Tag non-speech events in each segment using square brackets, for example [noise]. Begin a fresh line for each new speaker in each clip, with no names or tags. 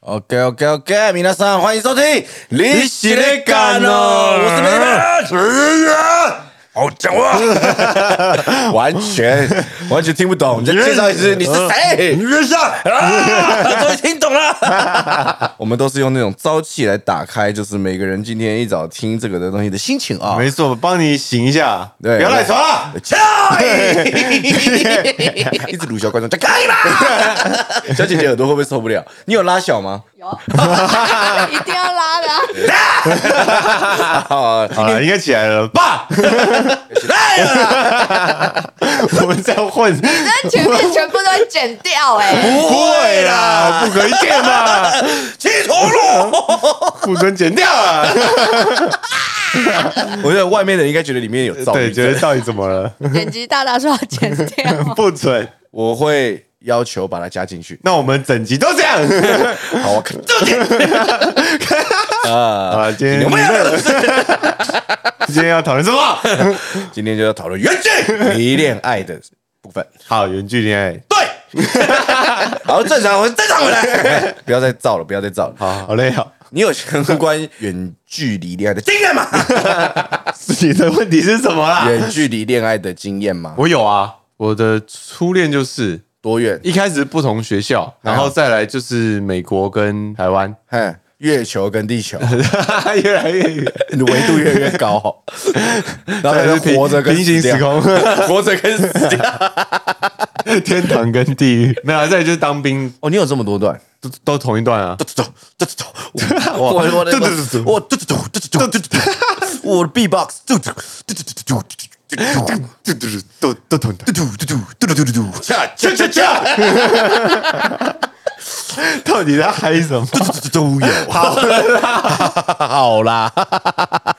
OK OK OK，皆さん欢迎收听《离席的感哦》，我是梅
好讲话，
梅，完 [laughs] 全完全听不懂，你再介绍一次你是谁？
认下。
[laughs] 啊终于听懂了。 [laughs] 我们都是用那种朝气来打开，就是每个人今天一早听这个的东西的心情啊。
没错，帮你醒一下，
对
不要赖床啊，
哎 [laughs] 一直鲁小观众，这可以 [laughs] 吗？小姐姐耳朵会不会受不了？你有拉小吗？
有， [laughs] 一定要拉的、啊。
好，
好了，应该起来了，爸，
哎
我们这样混，
那前面全部都会剪掉哎、
不会
啊，不可以剪嘛，
[laughs] 起头了。
不准剪掉啊，
我觉得外面的人应该觉得里面有噪
对，
音。
觉得到底怎么了？，
剪辑大大说要剪掉
不准，
我会要求把它加进去。
那我们整集都这样，
好，我看这点 [laughs] 啊，
啊，今天
有没有？
今天要讨论什么？
今天就要讨论远距离恋爱的部分。
好，远距恋爱，
对，好，正常，我正常回来，不要再造了，不要再造了。
好好累哦。
你有相关远距离恋爱的经验吗？
你的问题是什么啦？
远距离恋爱的经验吗？
我有啊，我的初恋就是
多远？
一开始不同学
啊
校，然后再来就是美国跟台湾， [laughs]
哼，月球跟地球
越来越远，
维度越来越高，然后
再来
还
是
是
平
活着跟
平行
死掉
时，
[laughs]
空，
活着跟死掉。
[laughs] 天堂跟地狱，没有啊，再来就是当兵，
哦，你有这么多段？
都都同一段啊。
走走走， [laughs] 我我我我我嘟嘟嘟嘟嘟嘟嘟，我的 B box 嘟嘟嘟嘟嘟嘟嘟嘟。
嘟嘟嘟嘟嘟嘟，
嘟嘟嘟嘟嘟嘟嘟嘟，恰恰恰恰，
到底在嗨什么？
都有。好啦， [laughs] 好啦，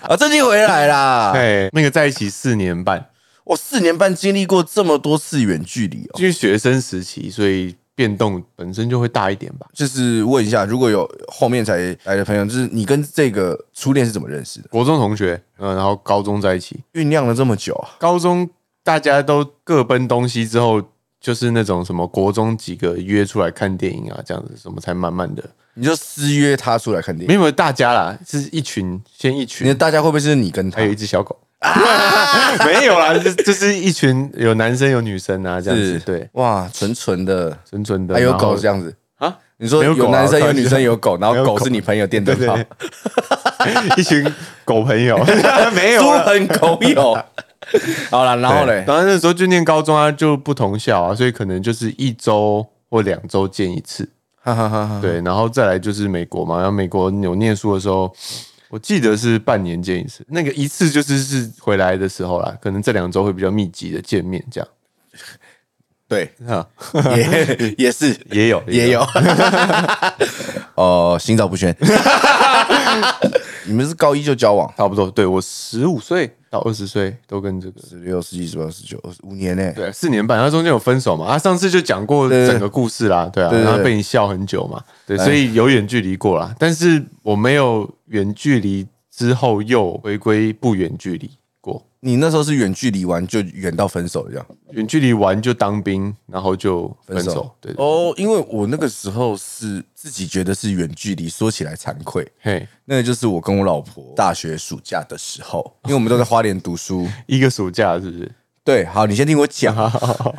啊，最近回来啦。
[laughs] 哎，那个在一起四年半，
我四年半经历过这么多次远距离哦。
因为学生时期，所以变动本身就会大一点吧。
就是问一下，如果有后面才来的朋友，就是你跟这个初恋是怎么认识的？
国中同学，嗯，然后高中在一起，
酝酿了这么久啊，
高中大家都各奔东西之后，就是那种什么国中几个约出来看电影啊，这样子，什么才慢慢的
你就私约他出来看电
没
影？
有没有大家啦，是一群先一
你的
群，
大家会不会是你跟他
还？有一只小狗。
啊
[laughs] 没有啦，就就是一群有男生有女生啊，这样子
是，
对，
哇，纯纯的，
纯纯的，
还有
然后
狗这样子
啊。
你说
没有狗啊
有男生
我开
有
玩笑
女生有狗，然
没
后
有
狗
狗
是你朋友电
对
灯
对
泡，
对， [laughs] 一群狗朋
[laughs]
友，没有
啊猪
啦。
朋狗
[laughs]
友。好了，然后
对 [laughs]
嘞，
然后那时候就念高中啊，就不同校啊，所以可能就是一周或两周见一次。
哈哈哈哈。
对，然后再来就是美国嘛，然后美国有念书的时候，我记得是半年见一次，那个一次就是是回来的时候啦，可能这两周会比较密集的见面这样。
对，
啊，
[laughs] 也也是
[laughs] 也有
也有。 [laughs] 哦，心照不宣。 [laughs] 你们是高一就交往，
差不多，对我十五岁到二十岁都跟这个。
十六、十七、十八、十九、二十五年呢？
对，四年半，然后中间有分手嘛？啊，上次就讲过
对
整个故事啦，对啊，
对对
然后
对
被你笑很久嘛，对，所以有远距离过啦，但是我没有远距离之后又回归不远距离过，
你那时候是远距离玩，就远到分手这样。
远距离完就当兵，然后就分
分
手
手，
对，
哦，因为我那个时候是自己觉得是远距离，说起来惭愧，
嘿，
那个就是我跟我老婆大学暑假的时候，因为我们都在花莲读书。
一个暑假是不是？
对，好，你先听我
[laughs]
讲。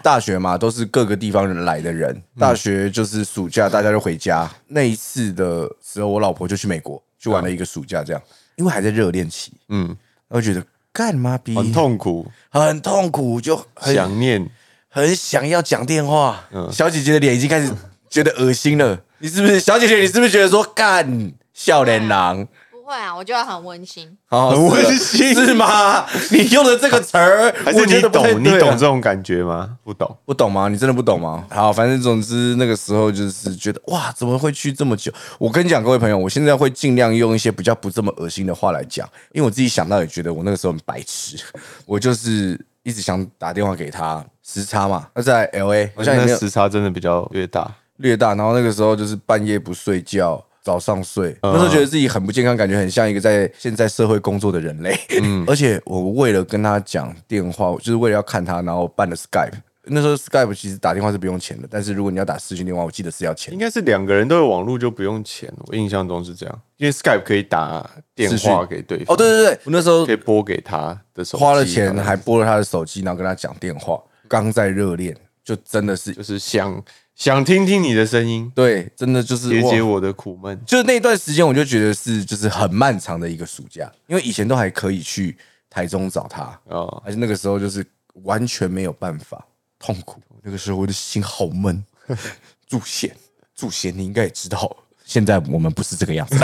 大学嘛，都是各个地方人来的人。
嗯
大学就是暑假，大家就回家。那一次的时候，我老婆就去美国去玩了一个暑假，这样，因为还在热恋期，
嗯，
然后觉得干嘛逼，
很，痛苦，
很痛苦，就很
想嗯念，
很想要讲电话。小姐姐的脸已经开始 [laughs] 觉得恶心了，你是不是？小姐姐，你是不是觉得说干笑脸狼？
不会啊，我觉得很温馨。
[laughs] 好
很温
是
[laughs] 馨
的是吗？你用的这个词儿，
啊还
我
是
觉
你
得不太
懂？你
对啊
懂这种感觉吗？不懂，
不懂吗？你真的不懂 [laughs] 吗？好，反正总之那个时候就是觉得哇，怎么会去这么久？我跟你讲，各位朋友，我现在会尽量用一些比较不这么恶心的话来讲，因为我自己想到也觉得我那个时候很白痴， [laughs] 我就是一直想打电话给他，时差嘛，那在 L A，好像也
那
没有
时差真的比较越大，
略大，然后那个时候就是半夜不睡觉。早上睡，那时候觉得自己很不健康，感觉很像一个在现在社会工作的嗯 [laughs] 人类。而且我为了跟他讲电话，就是为了要看他，然后办了 Skype，那时候 Skype 其实打电话是不用钱的，但是如果你要打视讯电话，我记得是要钱
应。该是两个人都有网络就不用钱，我印象中是这样，因为 Skype 可以打电
视讯
话给对
哦，
方，
对对对，我那时候
可以拨给他的手机，
花了钱还
然后
拨了他的手机，然后跟他讲电话。刚在热恋，就真的是
就是想想听听你的声音，
对，真的就是
解
哇
解我的苦闷。
就是那段时间，我就觉得是就是很漫长的一个暑假，因为以前都还可以去台中找他，
哦，
而且那个时候就是完全没有办法，痛苦。那个时候我的心好闷。 [laughs] 祝贤，祝贤，你应该也知道，现在我们不是这个样子。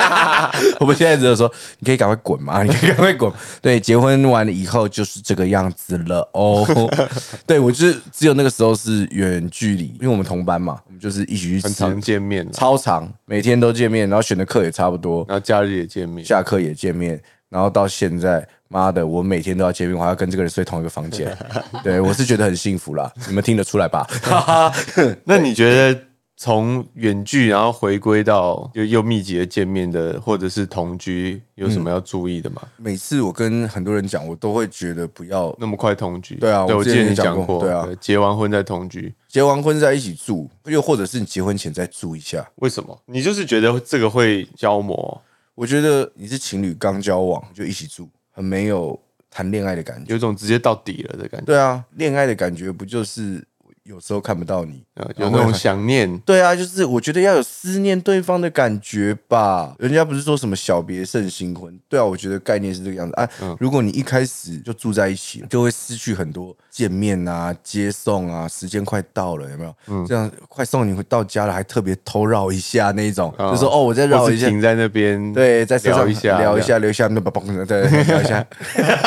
[laughs] 我们现在只有说，你可以赶快滚嘛，你可以赶快滚。对，结婚完了以后就是这个样子了哦。 [laughs] 对我就是只有那个时候是远距离，因为我们同班嘛，我们就是一起去
很
吃
常见面了，
超长，每天都见面，然后选的课也差不多，
然后假日也见面，
下课也见面，然后到现在，妈的，我每天都要见面，我还要跟这个人睡同一个房 [laughs] 间，对我是觉得很幸福 [laughs] 啦，你们听得出来吧？
那你觉得从远距然后回归到又又密集的见面的，或者是同居，有什么要注意的吗？
每次我跟很多人讲，我都会觉得不要
那么快同居？
对啊
对
我
我
之
记
前
得
也
你
讲
讲
过
过，
对啊
结完婚再同居，
结完婚在一起住，又或者是你结婚前再住一下。
为什么？你就是觉得这个会消磨，
我觉得你是情侣刚交往就一起住，很没有谈恋爱的感觉。
有一种直接到底了的感觉，
对啊，恋爱的感觉不就是有时候看不到你，
呃有那种想念。
对啊，就是我觉得要有思念对方的感觉吧。人家不是说什么小别胜新婚？对啊，我觉得概念是这个样子啊。
嗯
如果你一开始就住在一起，就会失去很多见面啊、接送啊，时间快到了，有没有？
嗯
这样快送你回到家了，还特别偷绕一下那一种，
啊
就说哦，我再绕
或是
一下。
停在那边，
对，在车上
聊一下，
聊一
这样，
下，聊一下，那不嘣，对，聊一下， [laughs]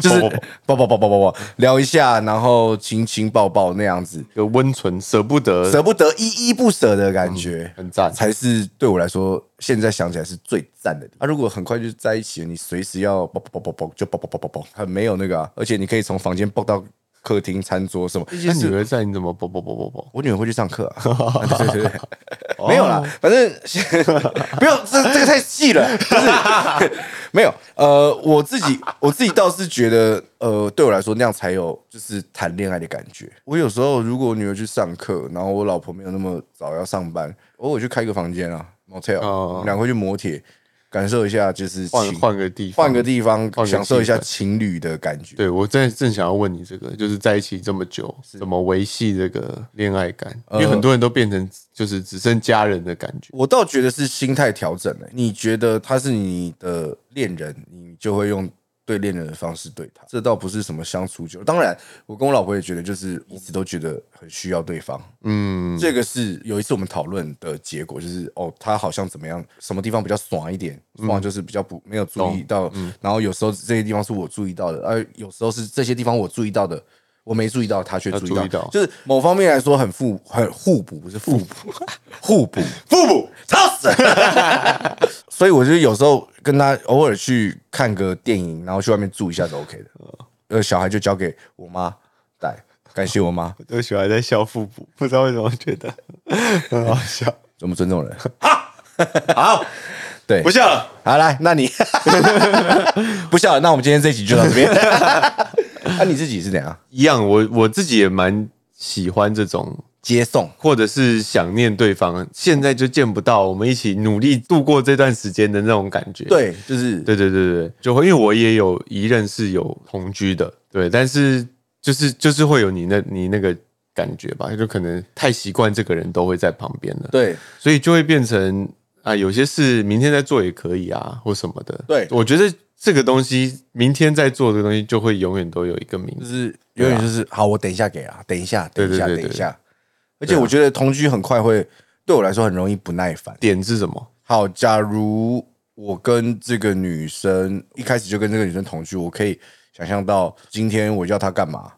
就是
抱
抱抱
抱
抱抱抱抱，聊一下，然后亲亲抱抱那样子，
有温存，舍不得，
舍不得依依不舍的感觉，
嗯很赞。
才是对我来说现在想起来是最赞的地方。啊，如果很快就在一起了，你随时要啵啵啵啵啵就啵啵啵啵啵，很没有那个、啊，而且你可以从房间抱到客厅、餐桌什么。
那女儿在，你怎么啵啵啵啵啵？
我女儿会去上课、啊， [laughs] 对对对对，没有啦，反正 [laughs] 不用这这个太细了，就是 [laughs] 没有。呃，我自己我自己倒是觉得，呃，对我来说那样才有就是谈恋爱的感觉。我有时候如果我女儿去上课，然后我老婆没有那么早要上班，偶尔去开个房间啊，motel，、
哦
我们两个去摩铁，感受一下就是
换
情
换个地方，
换个地方，
个
享受一下
气氛
情侣的感觉。
对我正正想要问你这个，就是在一起这么久，怎么维系这个恋爱感？因为很多人都变成就是只剩家人的感觉。
我倒觉得是心态调整了、你觉得他是你的恋人，你就会用对恋人的方式对他，这倒不是什么相处久。当然，我跟我老婆也觉得，就是一直都觉得很需要对方。
嗯，
这个是有一次我们讨论的结果，就是哦，他好像怎么样，什么地方比较爽一点，爽就是比较不没有注意到，然后有时候这些地方是我注意到的，而有时候是这些地方我注意到的。我没注意到，他却
他
注意到，
注意到
就是某方面来说很互很互补，不是互补， [laughs] 互补，
父母操死！
[laughs] 所以我就有时候跟他偶尔去看个电影，然后去外面住一下都 OK 的。呃，小孩就交给我妈带，感谢我妈，
我喜欢在笑腹部， [laughs] 不知道为什么觉得很好笑。
尊不尊重人？ [laughs]
好，
对，
不笑了。
好来，那你不笑了，那我们今天这一集就到这边。那、你自己是怎样
一样，我我自己也蛮喜欢这种
接送？
或者是想念对方，现在就见不到，我们一起努力度过这段时间的那种感觉。
对，就是
对对对对，就会因为我也有一任是有同居的，对，但是就是就是会有你那你那个感觉吧，就可能太习惯这个人都会在旁边了，
对
所以就会变成啊，有些事明天再做也可以啊，或什么的。
对
我觉得这个东西明天再做的东西，就会永远都有一个名
就
字。
是永远就是、好，我等一下给啊，等一下，等一下，
对对对
等一
对
下。而且我觉得同居很快会对我来说很容易不耐烦。
点是什么？
好，假如我跟这个女生一开始就跟这个女生同居，我可以想象到今天我叫她干嘛，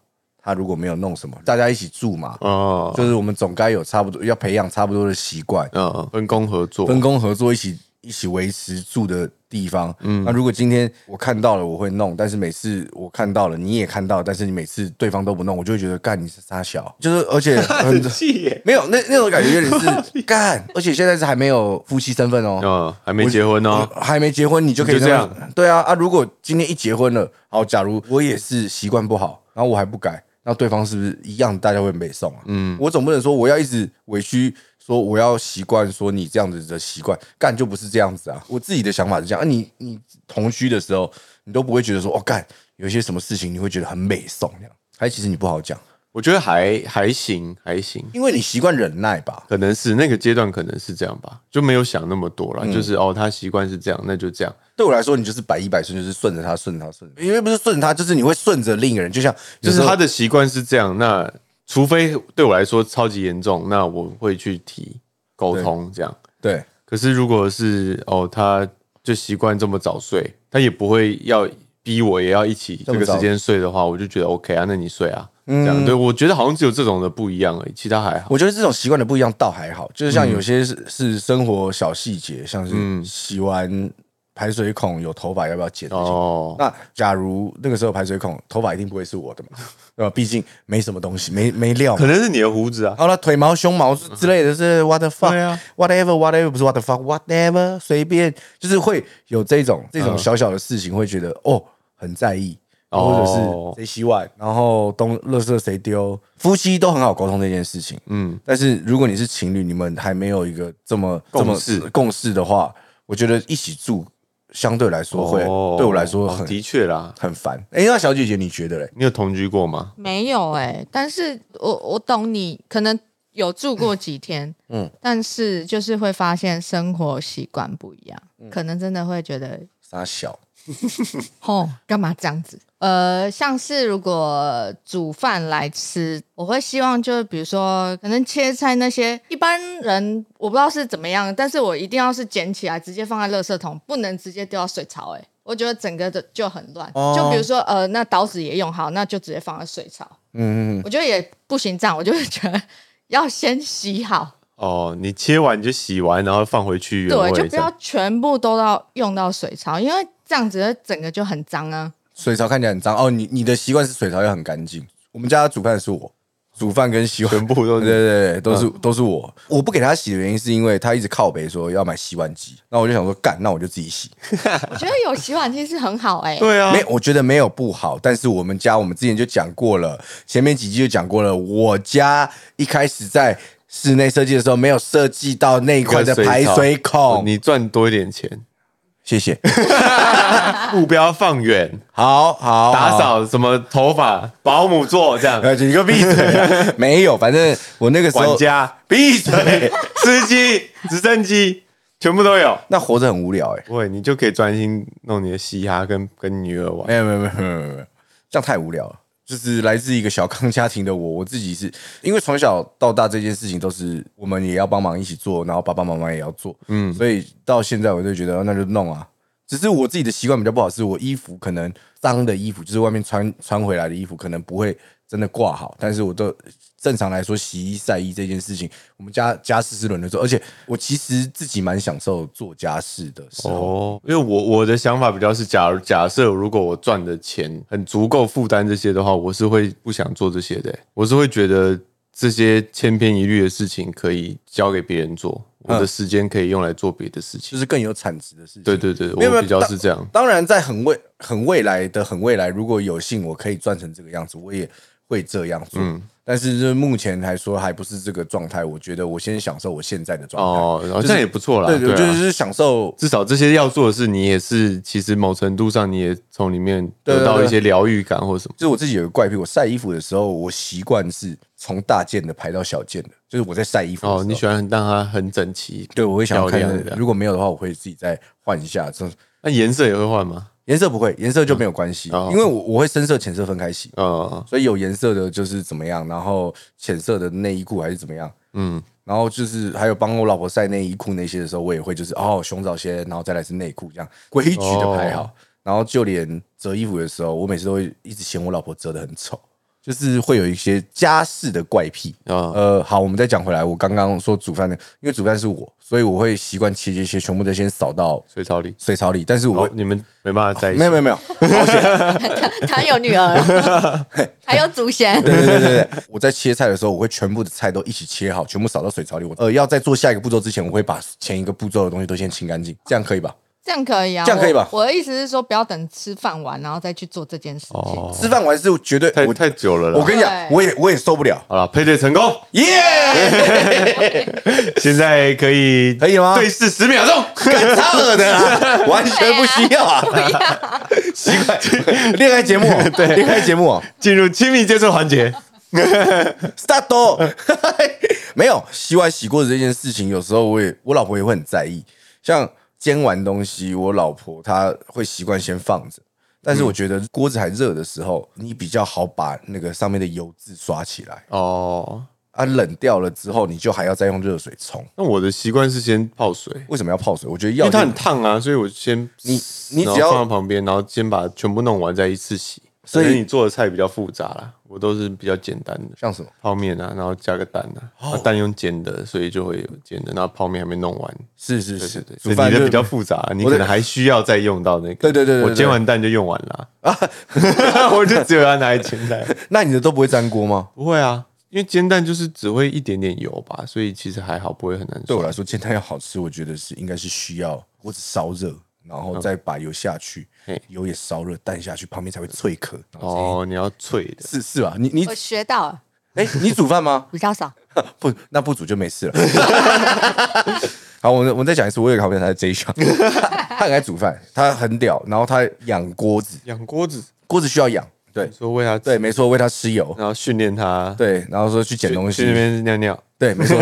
她如果没有弄什么，大家一起住嘛，
哦，
就是我们总该有差不多要培养差不多的习惯，
嗯，分工合作，
分工合作，一起一起维持住的地方。嗯，那如果今天我看到了，我会弄，但是每次我看到了，你也看到，但是你每次对方都不弄，我就会觉得干你是傻小，就是而 [laughs] 且很
气耶。
没有那那种感觉有 [laughs] 点是干，而且现在是还没有夫妻身份哦。
嗯，还没结婚哦。
呃还没结婚你就可以
你就这
样。对啊啊！如果今天一结婚了，好，假如我也是习惯不好，然后我还不改，那对方是不是一样？大家会没送啊？嗯，我总不能说我要一直委屈，说我要习惯说你这样子的习惯，干就不是这样子啊。我自己的想法是这样，啊、你你同居的时候，你都不会觉得说哦干有一些什么事情你会觉得很美送这样，还其实你不好讲，
我觉得还还行，还行，
因为你习惯忍耐吧。
可能是那个阶段可能是这样吧，就没有想那么多
嗯
了，就是哦，他习惯是这样，那就这样。
对我来说，你就是百依百顺，就是顺着他，顺着他，顺着他，因为不是顺着他，就是你会顺着另一个人，就像
就
有时
是
候
他的习惯是这样，那除非对我来说超级严重，那我会去提沟通这样。
对
可是如果是哦，他就习惯这么早睡，他也不会要逼我也要一起
这
这
么
个
早嗯
时间睡的话，我就觉得 OK 啊，那你睡啊，这样。对我觉得好像只有这种的不一样而已，其他还好。
我觉得这种习惯的不一样倒还好，就是像有些是是生活小细节，像
嗯
是洗完排水孔有头发要不要剪这些
哦，
那假如那个时候排水孔头发一定不会是我的嘛，对吧？毕竟没什么东西，没没料嘛
可。能是你的胡子啊，
好了，腿毛、胸毛之之类的是 what the
对啊
fuck，whatever，whatever 不是 what the fuck，whatever 随便，就是会有这种这
嗯
种小小的事情，会觉得哦很在意，或者
哦
是谁洗碗，然后东垃圾谁丢，夫妻都很好沟通这件事情。
嗯，
但是如果你是情侣，你们还没有一个这么这么
共识
共识的话，我觉得一起住相对来说会、
哦
对我来说很、
的确啦。
很烦。哎、那小姐姐你觉得嘞？
你有同居过吗？
没有哎、但是我我懂你，可能有住过几天，
嗯
嗯，但是就是会发现生活习惯不一样，可能真的会觉得，
傻小，
哦，干嘛这样子？呃，像是如果煮饭来吃，我会希望就是比如说，可能切菜那些，一般人我不知道是怎么样，但是我一定要是捡起来直接放在垃圾桶，不能直接丢到水槽、欸。哎，我觉得整个的就很乱。
哦
就比如说，呃，那刀子也用好，那就直接放在水槽。
嗯，嗯嗯
我觉得也不行，这样我就会觉得要先洗好，
哦，你切完就洗完，然后放回去原
对，
位，
就不
这样
要全部都到用到水槽，因为这样子整个就很脏啊。
水槽看起来很脏哦。你你的习惯是水槽要很干净。我们家煮饭是我煮饭跟洗碗
全部都
对
是。嗯
对对，都是、都是我。我不给他洗的原因是因为他一直靠北说要买洗碗机，那我就想说干，那我就自己洗。
我觉得有洗碗机是很好哎、
对啊
没，，我觉得没有不好，但是我们家我们之前就讲过了，前面几集就讲过了，我家一开始在室内设计的时候没有设计到那一块的排水
哦
孔，
你赚多一点钱，
谢谢，
目标放远，
好好
打。扫什么头发，保姆做这样，
哦呃，你个闭嘴 [laughs] 啊！没有，反正我那个时候
[laughs] 管家闭嘴，司机、直升机全部都有。
那活着很无聊哎、欸。
不会，你就可以专心弄你的嘻哈跟跟女儿玩。
没有没有没有没有没有没有，这样太无聊了。就是来自一个小康家庭的我，我自己是因为从小到大这件事情都是我们也要帮忙一起做，然后爸爸妈妈也要做，嗯，所以到现在我就觉得哦那就弄啊。只是我自己的习惯比较不好，是我衣服可能脏的衣服，就是外面穿穿回来的衣服，可能不会真的挂好，但是我都正常来说洗衣晒衣这件事情，我们家家事是轮流做，而且我其实自己蛮享受做家事的时候，
哦，因为我我的想法比较是，假如假设如果我赚的钱很足够负担这些的话，我是会不想做这些的、欸我是会觉得这些千篇一律的事情可以交给别人做，
嗯
我的时间可以用来做别的事情。
就是更有产值的事情。
对对对，
没有没
我
有
比较
当
是这样。
当然，在很未很未来的很未来，如果有幸我可以赚成这个样子，我也会这样做。
嗯
但是就是目前来说，还不是这个状态。我觉得我先享受我现在的状态。
哦，然后
就是
这样也不错啦。
对对，
啊
就是享受。
至少这些要做的事，你也是其实某程度上你也从里面
对
得
对
到
对
一些疗愈感或什么。
就是我自己有个怪癖，我晒衣服的时候，我习惯是从大件的排到小件的。就是我在晒衣服的时候
哦，你喜欢让它很整齐，
对我会想要看
漂亮的
看，如果没有的话，我会自己再换一下。这
那颜色也会换吗？
颜色不会，颜色就没有关系，
哦
因为我我会深色浅色分开洗，
嗯，
所以有颜色的就是怎么样，然后浅色的内衣裤还是怎么样。
嗯，
然后就是还有帮我老婆晒内衣裤那些的时候，我也会就是哦胸罩先，然后再来是内裤这样规矩的排好。
哦
然后就连折衣服的时候，我每次都会一直嫌我老婆折的很丑，就是会有一些家事的怪癖。
哦
呃，好，我们再讲回来，我刚刚说煮饭的，因为煮饭是我，所以我会习惯切切切，全部都先扫到
水槽里。
水槽里，但是我
哦
会、，
你们没办法在一起。
没有没有没有，
[laughs] 他有
[laughs]
女儿，还有祖先，
对对对 [laughs] 对，对，我在切菜的时候，我会全部的菜都一起切好，全部扫到水槽里。我呃，要在做下一个步骤之前，我会把前一个步骤的东西都先清干净，这样可以吧？
这样可以啊，
这样可以吧
我我的意思是说，不要等吃饭完然后再去做这件事情。
哦，
吃饭完是绝对
太
我
太久了啦。
我跟你讲，
对
我也我也受不了，
好了，配对成功，
耶、
现在可以
可以吗
对视十秒钟，
[laughs] 干超恶的啦，
[laughs]
完全不需要啊， [laughs] 奇怪，恋爱节目
[laughs]
哦，对，恋爱节目哦
进入亲密接触环节。
，start，没有洗碗洗锅子这件事情，有时候我也我老婆也会很在意，像煎完东西，我老婆她会习惯先放着。但是
嗯
我觉得锅子还热的时候，你比较好把那个上面的油渍刷起来
哦，
啊，冷掉了之后，你就还要再用热水冲。
那我的习惯是先泡水，
为什么要泡水？我觉得
因
要
为它很烫啊，所以我先
你你
然
只
后
要
放在旁边，然后先把全部弄完再一次洗。
所以
可是你做的菜比较复杂啦，我都是比较简单的，
像什哦么？
泡面啊，然后加个蛋啊，啊蛋用煎的，所以就会有煎的，那泡面还没弄完。
是是
对
是
对对，，
煮
所以
饭
你
就
的比较复杂，啊你
我的
可能还需要再用到那个。
对对对对对
我煎完蛋就用完了
[laughs]
啊，我就只有要拿来煎蛋。
那你的都不会粘锅吗？
不会啊，因为煎蛋就是只会一点点油吧，所以其实还好，不会很难。
对我来说，煎蛋要好吃，我觉得是应该是需要锅子烧热，然后再把油下去，
嗯嘿
油也烧热，蛋下去，旁边才会脆壳。哦，
哦，你要脆的。
是是吧？啊你你
我学到了，
哎、你煮饭吗？
比较少。
不，那不煮就没事了。好，我我再讲一次，我有一个好朋友，他是 J 小，他很爱煮饭，他很屌，然后他养锅子，
养锅子，
锅子需要养，对
说喂它吃
对，，没错，喂它吃油，
然后训练它，
对，然后说去捡
去，
东西，
去那边尿尿。
对，没错，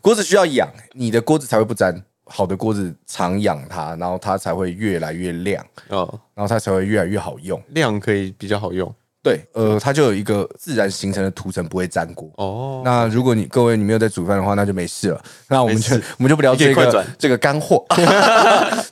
锅子需要养，你的锅子才会不粘。好的锅子常养它，然后它才会越来越亮，
哦，
然后它才会越来越好用。
量可以比较好用。
对，呃，它就有一个自然形成的涂层，不会粘锅。
哦，
那如果你各位你没有在煮饭的话，那就没事了。那我们就
没事
我们就不聊这
你可以快
个
转
这个干货。 [laughs]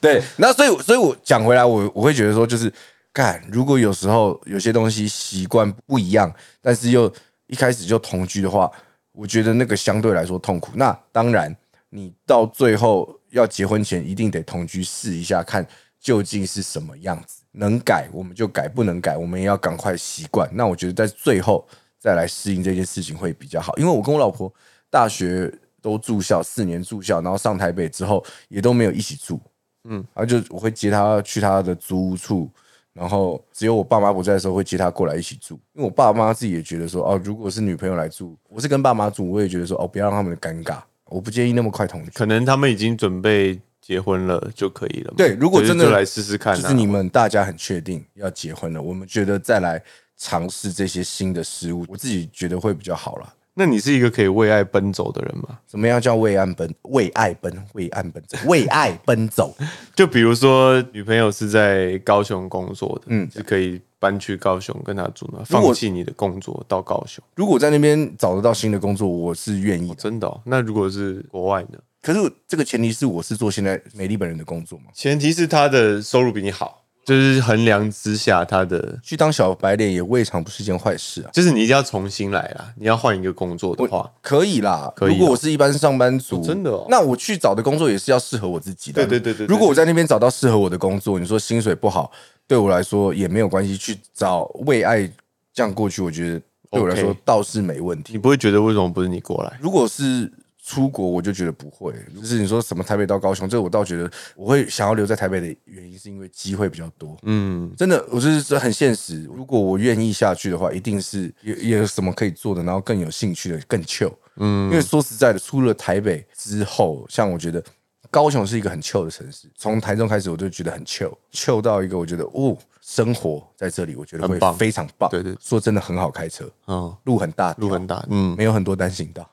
对，那所以所以我讲回来，我我会觉得说，就是干，如果有时候有些东西习惯不一样，但是又一开始就同居的话，我觉得那个相对来说痛苦。那当然，你到最后要结婚前，一定得同居试一下，看究竟是什么样子。能改我们就改，不能改我们也要赶快习惯。那我觉得在最后再来适应这件事情会比较好，因为我跟我老婆大学都住校，四年住校，然后上台北之后也都没有一起住，嗯，然后就我会接她去她的租屋处，然后只有我爸妈不在的时候会接她过来一起住，因为我爸妈自己也觉得说，哦，如果是女朋友来住，我是跟爸妈住，我也觉得说，哦，不要让他们尴尬，我不建议那么快同居。
可能他们已经准备结婚了就可以了嘛。
对，如果
就是
真的
就来试试看啊，
就是你们大家很确定要结婚了，我们觉得再来尝试这些新的事物，我自己觉得会比较好啦。
那你是一个可以为爱奔走的人吗？
怎么样叫为爱奔？为爱奔，为爱奔走，为爱奔走。 [laughs]
就比如说，女朋友是在高雄工作的，
嗯
嗯，是可以搬去高雄跟她住呢，
如果
放弃你的工作到高雄，
如果在那边找得到新的工作，我是愿意
哦，
的。
真的、哦？那如果是国外呢？
可是这个前提是我是做现在美丽本人的工作嘛，
前提是她的收入比你好，就是衡量之下她的，
去当小白脸也未尝不是件坏事啊。
就是你一定要重新来啦，你要换一个工作的话，
可以啦，
可以
如果
啊
我是一般上班族，
哦真的哦
那我去找的工作也是要适合我自己的啊。
对对对对对
如果我在那边找到适合我的工作，你说薪水不好，对我来说也没有关系。去找为爱这样过去，我觉得对我来说
OK
倒是没问题。
你不会觉得为什么不是你过来？
如果是出国，我就觉得不会。就是你说什么台北到高雄，这我倒觉得我会想要留在台北的原因，是因为机会比较多。
嗯，
真的，我就是这很现实。如果我愿意下去的话，一定是也也有什么可以做的，然后更有兴趣的，更 chill。嗯，因为说实在的，出了台北之后，像我觉得高雄是一个很 chill 的城市。从台中开始，我就觉得很 chill，chill 到一个我觉得哦，生活在这里，我觉得会
很棒
非常棒。
对对
说真的很好开车，
哦，
路很大，
路很大，嗯，
没有很多单行
[laughs]
道。，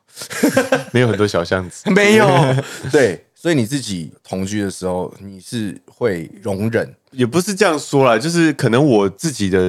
没有很多小巷子
没有，对，所以你自己同居的时候，你是会容忍，
也不是这样说啦，就是可能我自己的，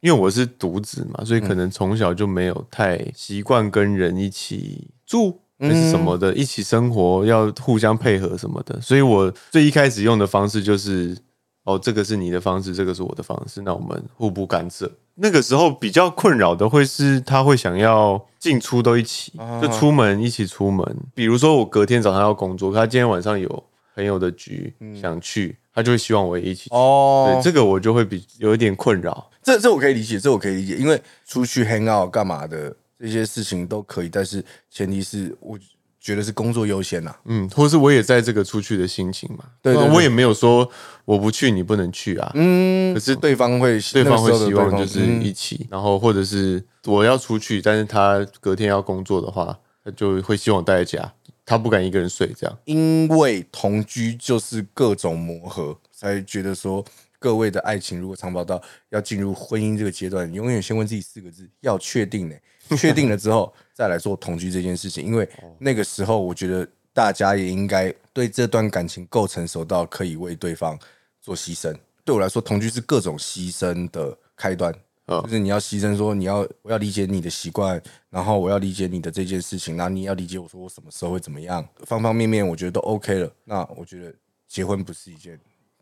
因为我是独子嘛，所以可能从小就没有太习惯跟人一起住。还是什么的，一起生活要互相配合什么的，所以我最一开始用的方式就是，哦，这个是你的方式，这个是我的方式，那我们互不干涉。那个时候比较困扰的会是，他会想要进出都一起，就出门一起出门。比如说我隔天早上要工作，可他今天晚上有朋友的局想去，他就会希望我也一起去。
哦
对，这个我就会比有一点困扰。
这这我可以理解，这我可以理解，因为出去 hang out 干嘛的这些事情都可以，但是前提是我觉得是工作优先呐、啊
嗯，或是我也在这个出去的心情嘛，
对对对
不然我也没有说我不去你不能去啊，
嗯，
可是
对方会
对方
那
会
个时候的
希
对
望
方
就是
嗯
一起，然后或者是我要出去，但是他隔天要工作的话，他就会希望我待在家，他不敢一个人睡这样。
因为同居就是各种磨合，才觉得说各位的爱情如果长跑到要进入婚姻这个阶段，你永远先问自己四个字：要确定呢、确定了之后再来做同居这件事情，因为那个时候我觉得大家也应该对这段感情够成熟到可以为对方做牺牲。对我来说，同居是各种牺牲的开端。
嗯
就是你要牺牲，说你要我要理解你的习惯，然后我要理解你的这件事情，然后你要理解我说我什么时候会怎么样，方方面面我觉得都 OK 了。那我觉得结婚不是一件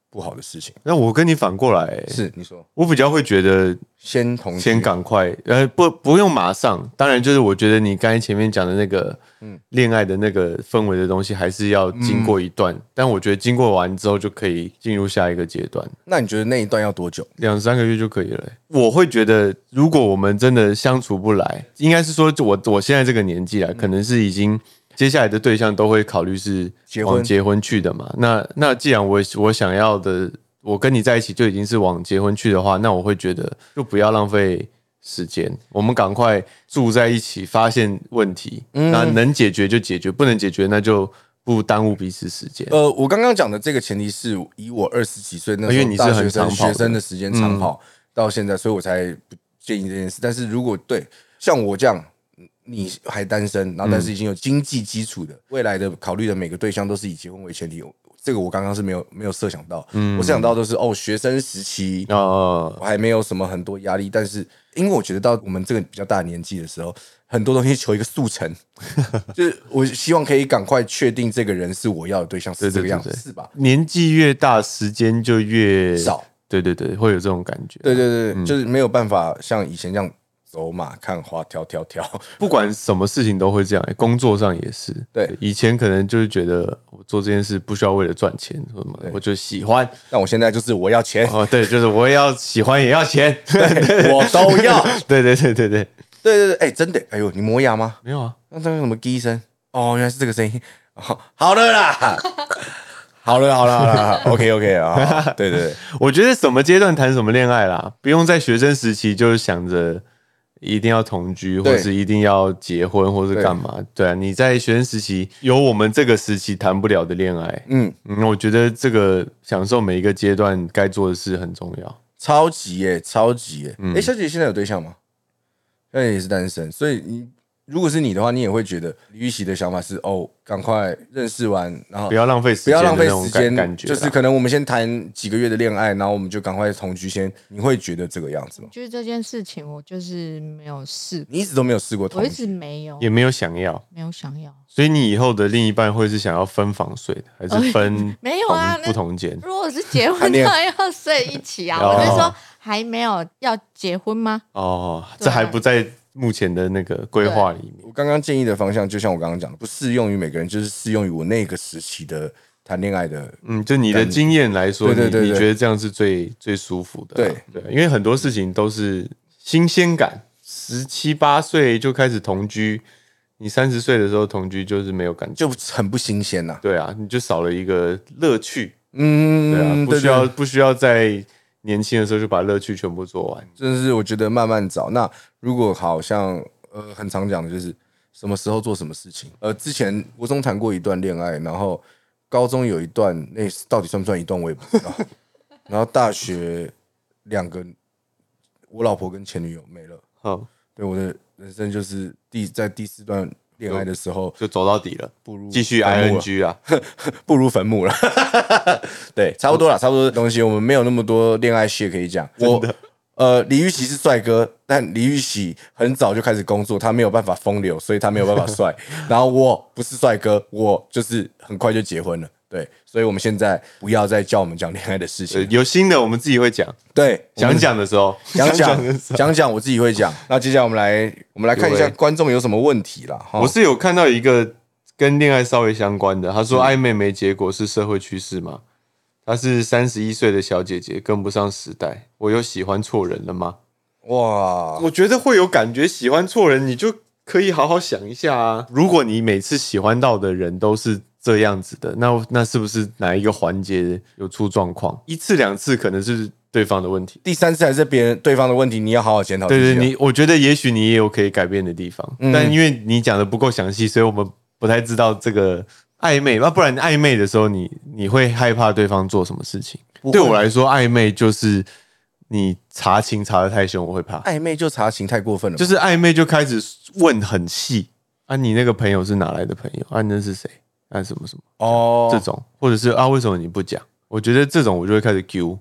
不好的事情，
那我跟你反过来、
是你说
我比较会觉得
先同居
先赶快，呃，不不用马上。当然，就是我觉得你刚才前面讲的那个，恋爱的那个氛围的东西，还是要经过一段。但我觉得经过完之后，就可以进入下一个阶段，
那你觉得那一段要多久？
两三个月就可以了、我会觉得，如果我们真的相处不来，应该是说就我我现在这个年纪啊，可能是已经。接下来的对象都会考虑是
结婚
往结婚去的嘛？那那既然我我想要的，我跟你在一起就已经是往结婚去的话，那我会觉得就不要浪费时间，我们赶快住在一起，发现问题，那能解决就解决，不能解决那就不耽误彼此时间。
呃，我刚刚讲的这个前提是以我二十几岁那时候
哦因为你是
大
很
学生
长跑
学
的嗯
生的时间长跑、到现在，所以我才不建议这件事。但是如果对像我这样，你还单身，然后但是已经有经济基础
嗯
的，未来的考虑的每个对象都是以结婚为前提，我这个我刚刚是没有没有设想到，
嗯
我设想到都是哦学生时期，
哦，
我还没有什么很多压力，但是因为我觉得到我们这个比较大的年纪的时候，很多东西求一个速成， [laughs] 就是我希望可以赶快确定这个人是我要的对象，是
对
这
对
个
对
样子，
对
是吧？
年纪越大，时间就越
少。
对对对，会有这种感觉。
对对对，对
嗯
就是没有办法像以前这样走马看花，挑挑挑。
不管什么事情都会这样、欸工作上也是。
对
以前可能就是觉得我做这件事不需要为了赚钱什么的，我就喜欢。
但我现在就是我要钱，
哦，对，就是我也要喜欢，也要钱。
我都
[laughs]
要。
对对对对对，
对对对，哎、真的，哎呦，你磨牙吗？
没有啊，
那那个什么低声？哦，原来是这个声音。哦，好了啦， [laughs] 好了好了好了，OK OK 啊，好对对对。
我觉得什么阶段谈什么恋爱啦，不用在学生时期就是想着一定要同居，
对
或是一定要结婚，或是干嘛。对啊，你在学生时期有我们这个时期谈不了的恋爱。
嗯
嗯我觉得这个享受每一个阶段该做的事很重要。
超级耶、超级耶、诶
嗯
哎、小姐现在有对象吗？小姐也是单身，所以你如果是你的话，你也会觉得李玉玺的想法是哦，赶快认识完，然后
不要浪费时
不
间
要
的那
浪费
种
时
感，
间，
感觉啦
就是可能我们先谈几个月的恋爱，然后我们就赶快同居先，你会觉得这个样子吗？
就是这件事情，我就是没有试，
你一直都没有试过
我
同
一
居，
直没有
也没有想要，
没有想要。
所以你以后的另一半会是想要分房睡的，还是分
哦 [laughs] 没有啊
同
那
不同间？
[laughs] 如果是结
谈
婚，
恋
当
爱
然要睡一起啊。
哦
我是说还没有要结婚吗？
哦，
对啊
这还不在目前的那个规划里面。
我刚刚建议的方向，就像我刚刚讲的，不适用于每个人，就是适用于我那个时期的谈恋爱的。
嗯，就你的经验来说，
对对对
你
对
你觉得这样是最最舒服的、啊？
对
对，因为很多事情都是新鲜感，十七八岁就开始同居，你三十岁的时候同居就是没有感觉。
就很不新鲜呐、
对啊，你就少了一个乐趣。
嗯，
对啊，不
对
需
对
要不需要在年轻的时候就把乐趣全部做完。
就是我觉得慢慢找。那如果好像呃很常讲的就是什么时候做什么事情。呃，之前国中谈过一段恋爱，然后高中有一段，那到底算不算一段我也不知道。然后大学两个，我老婆跟前女友没了。
好，
对我的人生就是第在第四段恋爱的时候
就走到底了，
步入
继续
坟墓了
ing 啊。
步入坟墓了。 [laughs] 对，差不多了，差不多的东西，我们没有那么多恋爱戏可以讲。我呃，李玉玺是帅哥，但李玉玺很早就开始工作，他没有办法风流，所以他没有办法
[laughs]
帅。然后我不是帅哥，我就是很快就结婚了。对，所以我们现在不要再叫我们讲恋爱的事
呃
情。
有新的我们自己会讲，
对，我
想
们
讲的时候
讲
的
讲
时候
讲讲，我自己会
[laughs]
讲。那接下来我们来我们来看一下
对
观众有什么问题啦。哈
我是有看到一个跟恋爱稍微相关的，他
嗯
说暧昧没结果是社会趋势吗？她是三十一岁的小姐姐，跟不上时代。我有喜欢错人了吗？
哇，
我觉得会有感觉，喜欢错人你就可以好好想一下啊。如果你每次喜欢到的人都是这样子的，那那是不是哪一个环节有出状况？一次两次可能是对方的问题。
第三次还是别人对方的问题，你要好好检讨自
对
己哦。
对，你我觉得也许你也有可以改变的地方，但因为你讲的不够详细，所以我们不太知道这个暧昧。那不然暧昧的时候你，你会害怕对方做什么事情？
会
对我来说，暧昧就是你查情查的太凶，我会怕。
暧昧就查情太过分了吧，
就是暧昧就开始问很细啊，你那个朋友是哪来的朋友啊？你那是谁啊？什么什么、
哦，
这种，或者是啊，为什么你不讲？我觉得这种我就会开始 Q，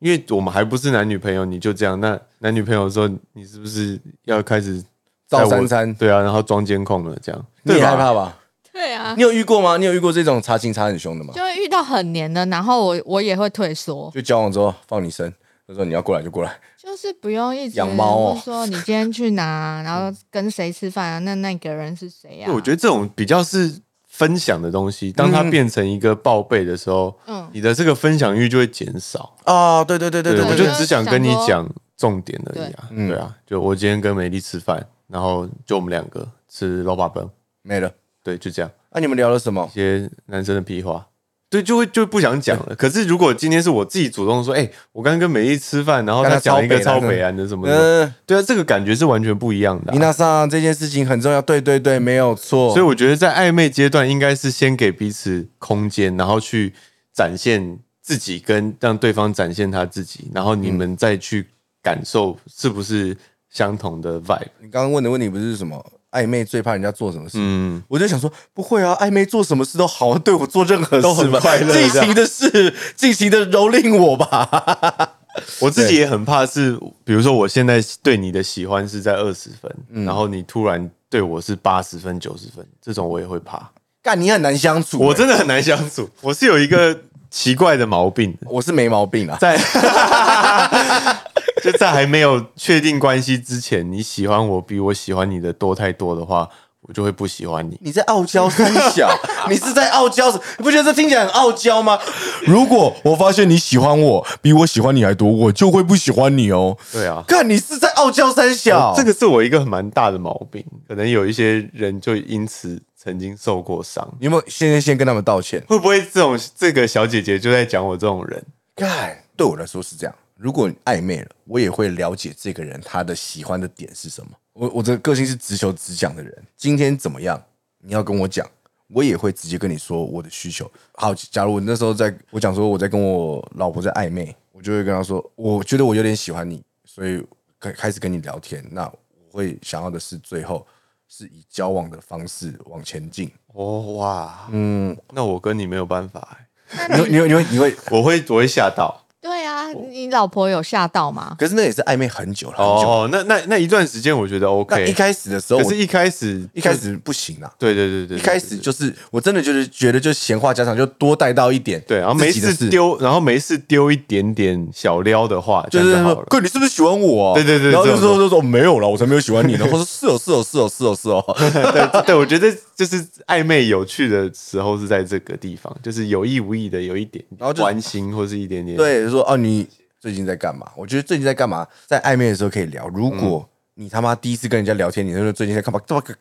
因为我们还不是男女朋友，你就这样。那男女朋友的时候，你是不是要开始在我
照三餐
对啊，然后装监控了，这样
你
对
也害
吧？
怕吧？
对啊，
你有遇过吗？你有遇过这种查情查很凶的吗？
就会遇到很黏的，然后我我也会退缩，
就交往之后放你生，就说你要过来就过来，
就是不用一直
养猫哦
问说你今天去哪，然后跟谁吃饭啊？那那个人是谁
因
啊？
为我觉得这种比较是分享的东西，当它
嗯
变成一个报备的时候，
嗯
你的这个分享欲就会减少。
哦，对对对
对
对
我
对
就
对，
只想跟你讲重点而已啊。
对
对啊，就我今天跟美丽吃饭，然后就我们两个吃萝卜崩，
没了。
对，就这样，
那你们聊了什么
一？些男生的屁话。对，就会就不想讲了。可是如果今天是我自己主动说，哎、我刚刚跟美丽吃饭，然后她讲一个
干她超
超
北蓝
北岸的什么什么，
嗯，
对啊，这个感觉是完全不一样的
米
啊、
娜桑这件事情很重要，对对对，没有错。
所以我觉得在暧昧阶段，应该是先给彼此空间，然后去展现自己，跟让对方展现他自己，然后你们再去感受是不是相同的 vibe。
你刚刚问的问题不是什么暧昧最怕人家做什么事？
嗯，
我就想说，不会啊，暧昧做什么事都好，啊对我做任何
都
事
很
吧，
快
尽
乐这样
情的事，尽情的蹂躏我吧。
我自己也很怕是，比如说我现在对你的喜欢是在二十分，然后你突然对我是八十分、九十分，这种我也会怕。
干，你很难相处、
我
欸
真的很难相处，我是有一个奇怪的毛病的，
我是没毛病啊。
在就在还没有确定关系之前，你喜欢我比我喜欢你的多太多的话，我就会不喜欢你。
你在傲娇三小， [laughs] 你是在傲娇什，你不觉得这听起来很傲娇吗？如果我发现你喜欢我比我喜欢你还多，我就会不喜欢你哦。
对啊，
看你是在傲娇三小，
这个是我一个蛮大的毛病，可能有一些人就因此曾经受过伤。
你有没有先先跟他们道歉？
会不会这种这个小姐姐就在讲我这种人？
看，对我来说是这样。如果你暧昧了，我也会了解这个人他的喜欢的点是什么。我我的个性是直球直讲的人，今天怎么样，你要跟我讲，我也会直接跟你说我的需求。好，假如我那时候在我讲说我在跟我老婆在暧昧，我就会跟她说，我觉得我有点喜欢你，所以开开始跟你聊天。那我会想要的是最后是以交往的方式往前进。
哦哇，
嗯，
那我跟你没有办法、欸，
你会你会你会你会，
我会我会吓到。
对啊，你老婆有吓
[laughs]
到吗？
可是那也是暧昧很久了，很久了。
哦，那那那一段时间我觉得
那
OK，
一开始的时候，
可
我
是一开始
一开始不行啊，
对对对对，
一开始就是我真的就是觉得就闲话家常，就多带到一点
对，然后
自
没
己的
事，丢，然后没事丢一点点小撩的话，
就
这
是
样就好
说
了，。
哥，你是不是喜欢我、啊？
对对对
然后就
这种
说就说没有啦，我才没有喜欢
[laughs]
你呢，或者说是哦是哦是哦是哦是哦，
对对，我觉得就是暧昧有趣的时候是在这个地方，就是有意无意的有一点
然后就
关心或是一点
[laughs]
点
对，就说哦你最近在干嘛？我觉得最近在干嘛，在暧昧的时候可以聊。如
嗯
果你他妈第一次跟人家聊天，你就说最近在干嘛？他妈个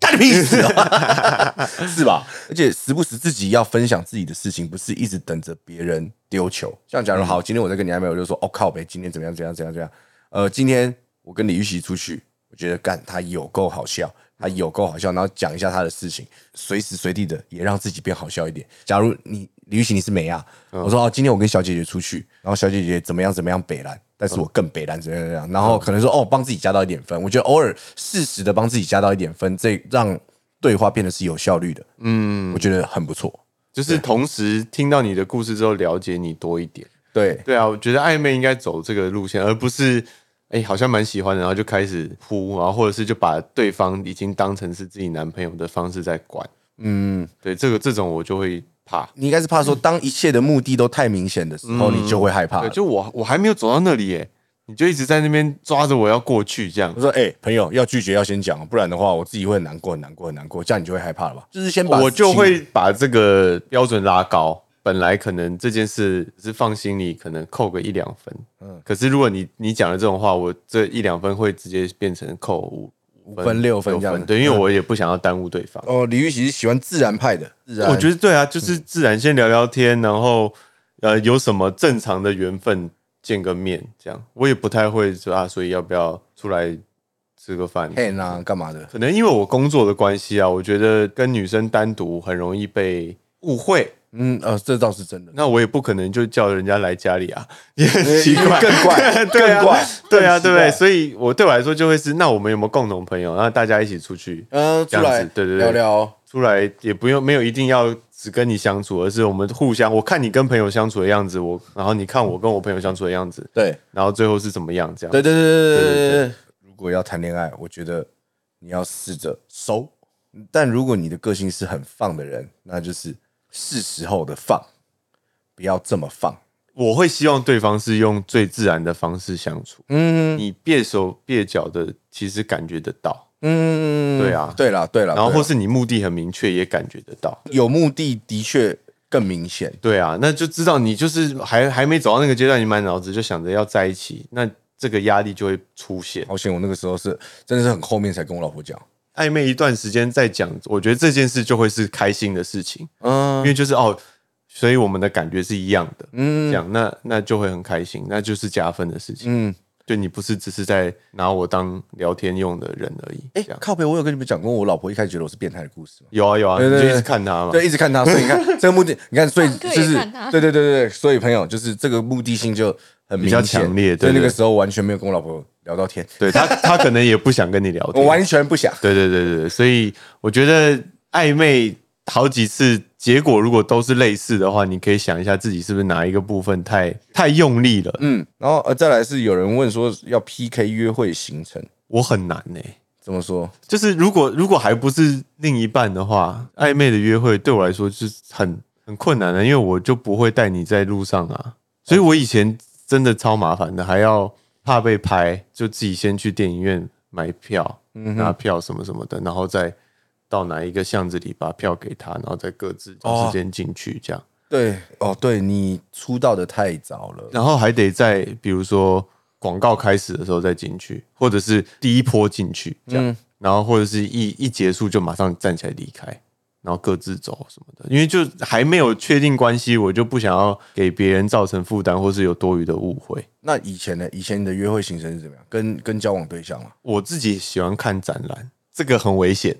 干你屁事啊， [laughs] 是吧？而且时不时自己要分享自己的事情，不是一直等着别人丢球。像假如好，今天我在跟你暧昧，我就说哦靠呗，今天怎么样怎么样怎么样怎么样？呃，今天我跟李玉玺出去，我觉得干他有够好笑，他有够好笑，然后讲一下他的事情，随时随地的也让自己变好笑一点。假如你李玉玺你是美亚，我说哦，今天我跟小姐姐出去，然后小姐姐怎么样怎么样北兰，但是我更北兰怎么样怎么样，然后可能说哦，帮自己加到一点分，我觉得偶尔适时的帮自己加到一点分，这让对话变得是有效率的，嗯，我觉得很不错。
就是同时听到你的故事之后，了解你多一点。
对，
对啊，我觉得暧昧应该走这个路线，而不是哎、好像蛮喜欢的，然后就开始扑，然后或者是就把对方已经当成是自己男朋友的方式在管。嗯，对，这个这种我就会怕。
你应该是怕说，当一切的目的都太明显的时候，你就会害怕
对，
了。
就我我还没有走到那里耶，你就一直在那边抓着我要过去这样
我。说：“哎、朋友，要拒绝要先讲哦，不然的话，我自己会很难过、很难过、很难过。这样你就会害怕了吧？就是先把
我就
情
会把这个标准拉高。本来可能这件事是放心里，可能扣个一两
嗯
分。可是如果你你讲的这种话，我这一两分会直接变成扣五五
五分六分
六
这样嗯子。
对，因为我也不想要耽误对方。
哦，李玉玺是喜欢自然派的，自然嗯
我觉得对啊，就是自然先聊聊天，然后呃，有什么正常的缘分见个面，这样我也不太会说啊，所以要不要出来吃个饭？
骗啊干嘛的？
可能因为我工作的关系啊，我觉得跟女生单独很容易被误会。
嗯呃，这倒是真的。
那我也不可能就叫人家来家里啊，也很奇怪，
嗯更怪
对啊
更怪
[laughs] 对啊，
更奇怪
对不对？所以我对我来说就会是，那我们有没有共同朋友？然后大家一起呃出去，
嗯，出
这样
来
子对对
聊
对
聊，
出来也不用没有一定要只跟你相处，而是我们互相，我看你跟朋友相处的样子，我然后你看我跟我朋友相处的样子，
对
然后最后是怎么样这样？
对对对对对对
对
对对。如果要谈恋爱，我觉得你要试着收，但如果你的个性是很放的人，那就是是时候的放，不要这么放。
我会希望对方是用最自然的方式相处，
嗯
你蹩手蹩脚的，其实感觉得到，
嗯，
对啊
对啦对啦。
然后
对啦
或是你目的很明确，也感觉得到。
有目的，的确更明显。
对啊，那就知道你就是还还没走到那个阶段，你满脑子就想着要在一起，那这个压力就会出现。
好险，我那个时候是真的是很后面才跟我老婆讲。
暧昧一段时间再讲，我觉得这件事就会是开心的事情，因
嗯
为就是哦，所以我们的感觉是一样的，这
嗯
样那那就会很开心，那就是加分的事情。
嗯，
对你不是只是在拿我当聊天用的人而已，
哎、
这样
靠北，我有跟你们讲过我老婆一开始觉得我是变态的故事吗？
有啊有啊，
对
你
对
就
对
一直看他嘛，
对，一直看他，所以 [laughs] 你看这个目的，你看，所以
哦上课也
就是
看他
对对对对，所以朋友就是这个目的性就很明
比较
显
强烈
所
对
以那个
对
时候完全没有跟我老婆聊到天，
对他他可能也不想跟你聊
我
天，
完全不想。
对对对对对，所以我觉得暧昧好几次，结果如果都是类似的话，你可以想一下自己是不是哪一个部分太太用力了。
嗯，然后呃，再来是有人问说要 PK 约会行程，
我很难欸呢、
怎么说？
就是如果如果还不是另一半的话，暧昧的约会对我来说就是很很困难的，因为我就不会带你在路上啊，所以我以前真的超麻烦的，还要怕被拍，就自己先去电影院买票，拿票什么什么的，然后再到哪一个巷子里把票给他，然后再各自找时间进去这样，
对，哦，对你出道的太早了，
然后还得在比如说广告开始的时候再进去，或者是第一波进去这样，然后或者是一一结束就马上站起来离开，然后各自走什么的，因为就还没有确定关系，我就不想要给别人造成负担或是有多余的误会。
那以前呢？以前你的约会行程是怎么样？跟跟交往对象吗？
我自己喜欢看展览，这个很危险，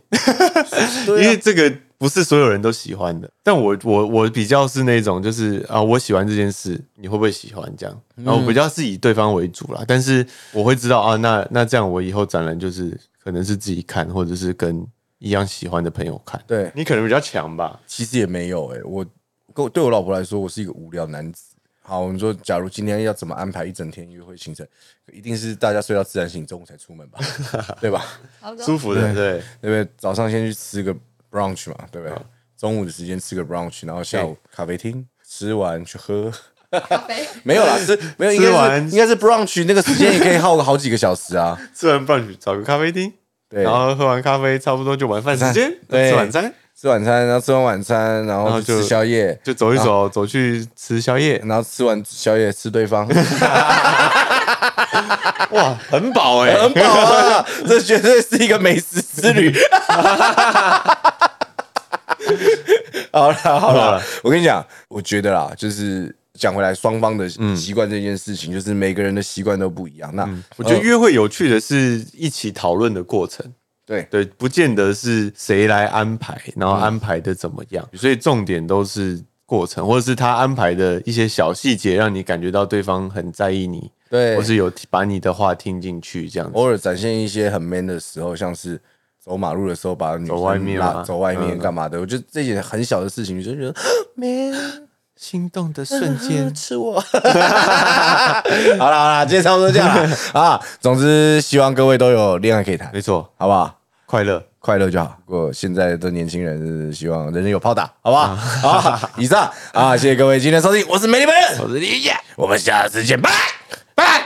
对啊
[laughs] 因为这个不是所有人都喜欢的。但我我我比较是那种就是啊，我喜欢这件事，你会不会喜欢这样？然后我比较是以对方为主啦，但是我会知道啊，那那这样我以后展览就是可能是自己看，或者是跟一样喜欢的朋友看。
对，
你可能比较强吧，
其实也没有诶、我跟我对我老婆来说，我是一个无聊男子。好，我们说，假如今天要怎么安排一整天约会行程，一定是大家睡到自然醒，中午才出
[laughs]
门吧，对吧？
好的
舒服的对。
对不对？早上先去吃个 brunch 嘛，对不对？中午的时间吃个 brunch，然后下午咖啡厅吃完去喝， [laughs]
咖啡，
没有啦，吃没有，应该
吃
是
完
应该是 brunch 那个时间也可以耗个好几个小时啊。
吃完饭去找个咖啡厅，
对
然后喝完咖啡差不多就晚饭时间，
对
吃晚餐
吃晚餐，然后吃完晚餐，然
然
后
后
去吃
就
宵夜，
就走一走，走去吃宵夜，
然后吃完宵夜吃对方，
哇，很饱哎、
很饱啊！这绝对是一个美食之旅。好了好
好
了
啦，
我跟你讲，我觉得啦，就是讲回来，双方的
嗯
习惯这件事情，就是每个人的习惯都不一样。那
我觉得约会有趣的是一起讨论的过程，
对
对，不见得是谁来安排，然后安排的怎么样，所以重点都是过程，或者是他安排的一些小细节，让你感觉到对方很在意你，
对
或是有把你的话听进去这样子。
偶尔展现一些很 man 的时候，像是走马路的时候把女生
走外面
拉
嘛
走外面
嗯
干嘛的，我觉得这些很小的事情，你就觉
[laughs]
得 man
心动的瞬间，
吃我。好了好了，今天差不多这样
[laughs]
了啊。总之，希望各位都有恋爱可以谈，
没错，
好不好？
快乐。
快乐就好。不过现在的年轻人是希望人人有炮打，好不好？好，啊以上啊，谢谢各位今天的收听，我是美丽本人，
我是李姐。
我们下次见，拜拜拜拜。